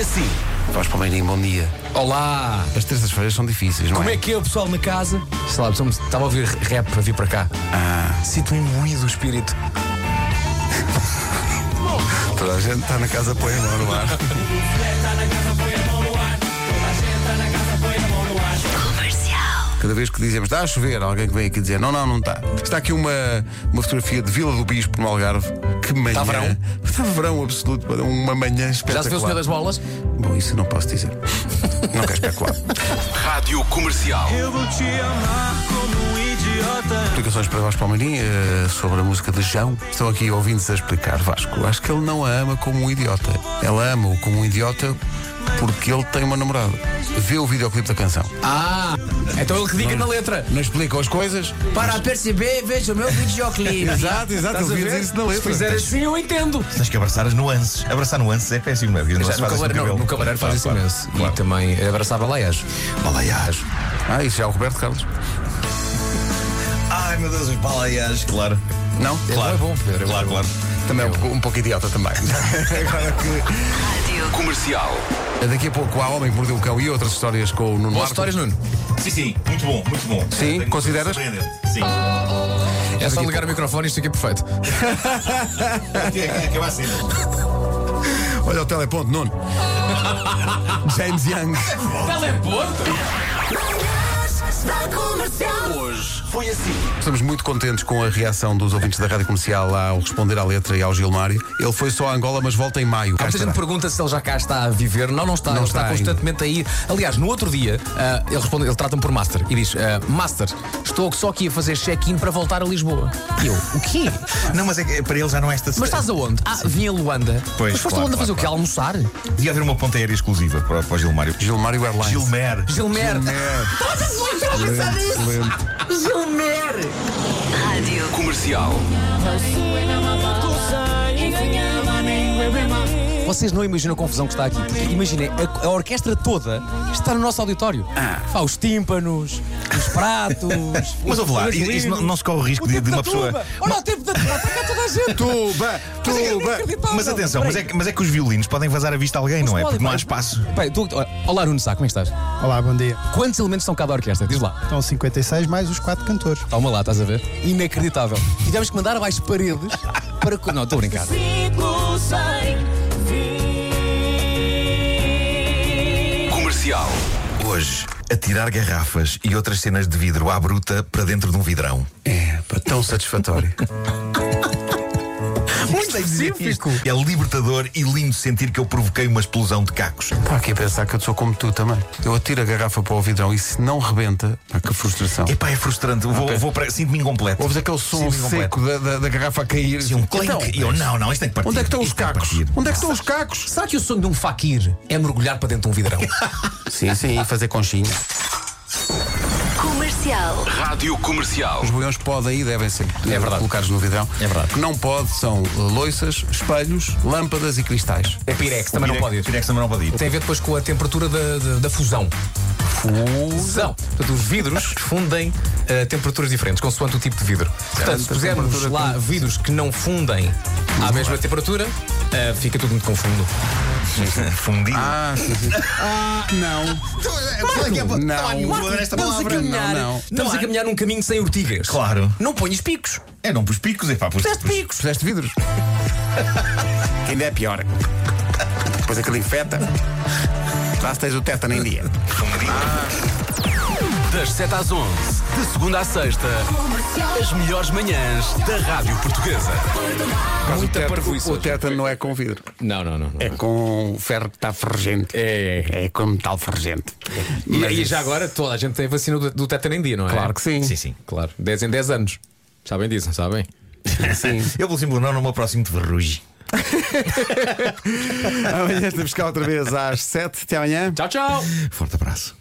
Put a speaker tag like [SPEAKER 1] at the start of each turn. [SPEAKER 1] assim.
[SPEAKER 2] Vamos para o meio bom dia.
[SPEAKER 1] Olá!
[SPEAKER 2] As terças-feiras são difíceis, não
[SPEAKER 1] Como
[SPEAKER 2] é?
[SPEAKER 1] é que é o pessoal na casa? Sei lá, o pessoal estava a ouvir rap para vir para cá. Sinto-me imbuído do espírito.
[SPEAKER 2] Toda a gente está na casa põe a mão no ar. Cada vez que dizemos está a chover, há alguém que vem aqui dizer não, não, não está. Está aqui uma, uma fotografia de Vila do Bispo no Algarve. Que manhã.
[SPEAKER 1] Está verão?
[SPEAKER 2] Está verão absoluto. Uma manhã espetacular.
[SPEAKER 1] Já se viu o senhor das bolas?
[SPEAKER 2] Bom, isso eu não posso dizer. não quero especular.
[SPEAKER 3] Rádio Comercial.
[SPEAKER 4] Eu vou te amar como um idiota.
[SPEAKER 2] Explicações para Vasco Palmeirim eh, sobre a música de Jão. Estão aqui ouvintes a explicar Vasco. Acho que ele não a ama como um idiota. Ela ama-o como um idiota porque ele tem uma namorada. Vê o videoclipe da canção.
[SPEAKER 1] Ah! Então ele que diga na letra.
[SPEAKER 2] Não explicam as coisas?
[SPEAKER 5] Para perceber, veja o meu videoclipe.
[SPEAKER 2] Exato, exato. Eu devia dizer isso na
[SPEAKER 1] Se
[SPEAKER 2] letra.
[SPEAKER 1] fizer assim, eu entendo.
[SPEAKER 6] Tens que abraçar as nuances. Abraçar nuances é péssimo, não é? Porque as
[SPEAKER 2] assim
[SPEAKER 6] nuances
[SPEAKER 1] no
[SPEAKER 6] fazem-se
[SPEAKER 1] cabeleireiro, no, no cabeleireiro faz isso
[SPEAKER 6] Claro, claro.
[SPEAKER 1] imenso. E também abraçar balaias. Balaias.
[SPEAKER 2] Ah, isso já é o Roberto Carlos.
[SPEAKER 6] Ai meu Deus, os baleias, claro.
[SPEAKER 2] Não?
[SPEAKER 1] Claro. É bom, Pedro. é bom.
[SPEAKER 6] Claro, claro.
[SPEAKER 2] Também é um pouco, um pouco idiota também. Agora que-
[SPEAKER 3] Comercial.
[SPEAKER 2] Daqui a pouco há Homem que Mordeu o Cão e outras histórias com o Nuno
[SPEAKER 1] Boas
[SPEAKER 2] Marco.
[SPEAKER 1] histórias, Nuno. É
[SPEAKER 6] Sim, sim, muito bom, muito bom.
[SPEAKER 2] Sim,
[SPEAKER 6] Tenho
[SPEAKER 2] consideras?
[SPEAKER 6] que surpreender. Sim.
[SPEAKER 1] É só ligar o microfone e isto aqui é perfeito.
[SPEAKER 6] É Acaba a cena.
[SPEAKER 2] Olha o teleponto, Nuno. James Young.
[SPEAKER 3] Hoje foi assim.
[SPEAKER 2] Estamos muito contentes com a reação dos ouvintes da Rádio Comercial ao responder à letra e ao Gilmário. Ele foi só a Angola, mas volta em maio.
[SPEAKER 1] Há
[SPEAKER 2] Cá
[SPEAKER 1] muita
[SPEAKER 2] estará.
[SPEAKER 1] gente pergunta se ele já cá está a viver. Não, não está. ele está,
[SPEAKER 2] está ainda.
[SPEAKER 1] constantemente aí. Aliás, no outro dia, ah, ele, responde- ele trata-me por Master e diz: ah, Master, estou só aqui a fazer check-in para voltar a Lisboa. E eu, o quê?
[SPEAKER 6] Não, mas é que para ele já não é esta
[SPEAKER 1] Mas estás aonde? Ah, vim a Luanda.
[SPEAKER 6] Pois,
[SPEAKER 1] Mas foste
[SPEAKER 6] claro,
[SPEAKER 1] a Luanda
[SPEAKER 6] claro,
[SPEAKER 1] fazer o quê?
[SPEAKER 6] claro.
[SPEAKER 1] Almoçar?
[SPEAKER 6] Devia haver uma ponta aérea exclusiva para, para o Gilmário.
[SPEAKER 2] Gilmário Airlines.
[SPEAKER 6] Gilmer.
[SPEAKER 1] Gilmer.
[SPEAKER 3] Comercial.
[SPEAKER 1] Vocês não imaginam a confusão que está aqui. porque Imaginem, a, a orquestra toda está no nosso auditório. Pá, os tímpanos, os pratos.
[SPEAKER 6] Ah. Mas ouve lá,
[SPEAKER 1] os
[SPEAKER 6] isso- isso não,
[SPEAKER 1] livros.
[SPEAKER 6] não se corre o risco
[SPEAKER 1] O
[SPEAKER 6] de,
[SPEAKER 1] tempo
[SPEAKER 6] de
[SPEAKER 1] da
[SPEAKER 6] uma pessoa.
[SPEAKER 1] turma. Olha o tempo da turma, está cá toda a gente.
[SPEAKER 2] Tuba,
[SPEAKER 1] é
[SPEAKER 2] tuba.
[SPEAKER 6] Mas atenção, mas é, que- mas é que os violinos podem vazar a vista a alguém, não é? Porque não há espaço.
[SPEAKER 1] Bem, tu- olá, Nuno Sá, como é que estás?
[SPEAKER 7] Olá, bom dia.
[SPEAKER 1] Quantos elementos estão cá da orquestra? Diz lá.
[SPEAKER 7] Estão 56 mais os quatro cantores.
[SPEAKER 1] Toma lá, estás a ver? Inacreditável. Tivemos que mandar abaixo paredes para. co- Não, estou a brincar.
[SPEAKER 4] Cinco, seis,
[SPEAKER 3] Comercial.
[SPEAKER 6] Hoje, atirar garrafas e outras cenas de vidro à bruta para dentro de um vidrão.
[SPEAKER 2] É, pá, tão satisfatório.
[SPEAKER 6] Muito específico. É libertador e lindo sentir que eu provoquei uma explosão de cacos.
[SPEAKER 2] Está Tá aqui a pensar que eu sou como tu também. Eu atiro a garrafa para o vidrão e se não rebenta, pá, que frustração.
[SPEAKER 6] Epá, é frustrante. Vou, vou para... Sinto-me incompleto.
[SPEAKER 2] Ouves aquele som
[SPEAKER 6] Sinto-me incompleto.
[SPEAKER 2] seco da, da- da garrafa a cair.
[SPEAKER 6] Sim, um clink.
[SPEAKER 2] Então,
[SPEAKER 6] E eu, não, não, isto tem que partir.
[SPEAKER 2] onde é que estão os
[SPEAKER 6] Isto tem
[SPEAKER 2] cacos?
[SPEAKER 6] partir.
[SPEAKER 2] Onde é que estão os cacos?
[SPEAKER 1] Será que o sonho de um faquir é mergulhar para dentro de um vidrão?
[SPEAKER 2] Sim, sim, fazer conchinha.
[SPEAKER 8] Comercial.
[SPEAKER 3] Rádio Comercial.
[SPEAKER 2] Os boiões podem e devem ser eh,
[SPEAKER 1] verdade.
[SPEAKER 2] colocados no vidrão.
[SPEAKER 1] É verdade.
[SPEAKER 2] O que não pode são eh, loiças, espelhos, lâmpadas e cristais.
[SPEAKER 1] É Pirex, também não
[SPEAKER 6] Pirex-
[SPEAKER 1] pode ir.
[SPEAKER 6] Pirex também não pode ir.
[SPEAKER 1] Tem a ver depois com a temperatura da, da- da fusão. Fusão. Portanto, os vidros fundem a temperaturas diferentes, consoante o tipo de vidro. Portanto, se pusermos lá vidros que não fundem à mesma temperatura, eh, fica tudo muito confundo.
[SPEAKER 6] Fundido.
[SPEAKER 2] Ah, sim, sim. Ah, não. É, Não.
[SPEAKER 1] Estamos a
[SPEAKER 2] não,
[SPEAKER 1] caminhar,
[SPEAKER 2] não.
[SPEAKER 1] Estamos a caminhar num caminho sem urtigas.
[SPEAKER 6] Claro.
[SPEAKER 1] Não ponhas picos.
[SPEAKER 6] É, não, pus picos, é pá, pus
[SPEAKER 1] Puseste picos.
[SPEAKER 2] Puseste vidros. que ainda é pior. Depois aquele infeta. Lá se tens o tétano em dia.
[SPEAKER 3] Das 7 às 11. De segunda à sexta. As melhores manhãs da Rádio Portuguesa.
[SPEAKER 2] Muita
[SPEAKER 1] parvoíce
[SPEAKER 2] O
[SPEAKER 1] hoje.
[SPEAKER 2] tétano não é com vidro.
[SPEAKER 1] Não, não, não. não.
[SPEAKER 2] É com ferro que está ferrugente. É. É com metal ferrugente.
[SPEAKER 1] E,
[SPEAKER 2] Mas
[SPEAKER 1] e
[SPEAKER 2] isso-
[SPEAKER 1] já agora toda a gente tem a vacina do, do tétano em dia, não é?
[SPEAKER 2] Claro que sim.
[SPEAKER 6] Sim, sim.
[SPEAKER 1] Claro. 10 em 10 anos. Sabem disso, não sabem?
[SPEAKER 6] Eu vou simular não, não me aproximo de verrugem.
[SPEAKER 2] Amanhã estamos cá outra vez às 7. Até amanhã.
[SPEAKER 1] Tchau, tchau.
[SPEAKER 6] Forte abraço.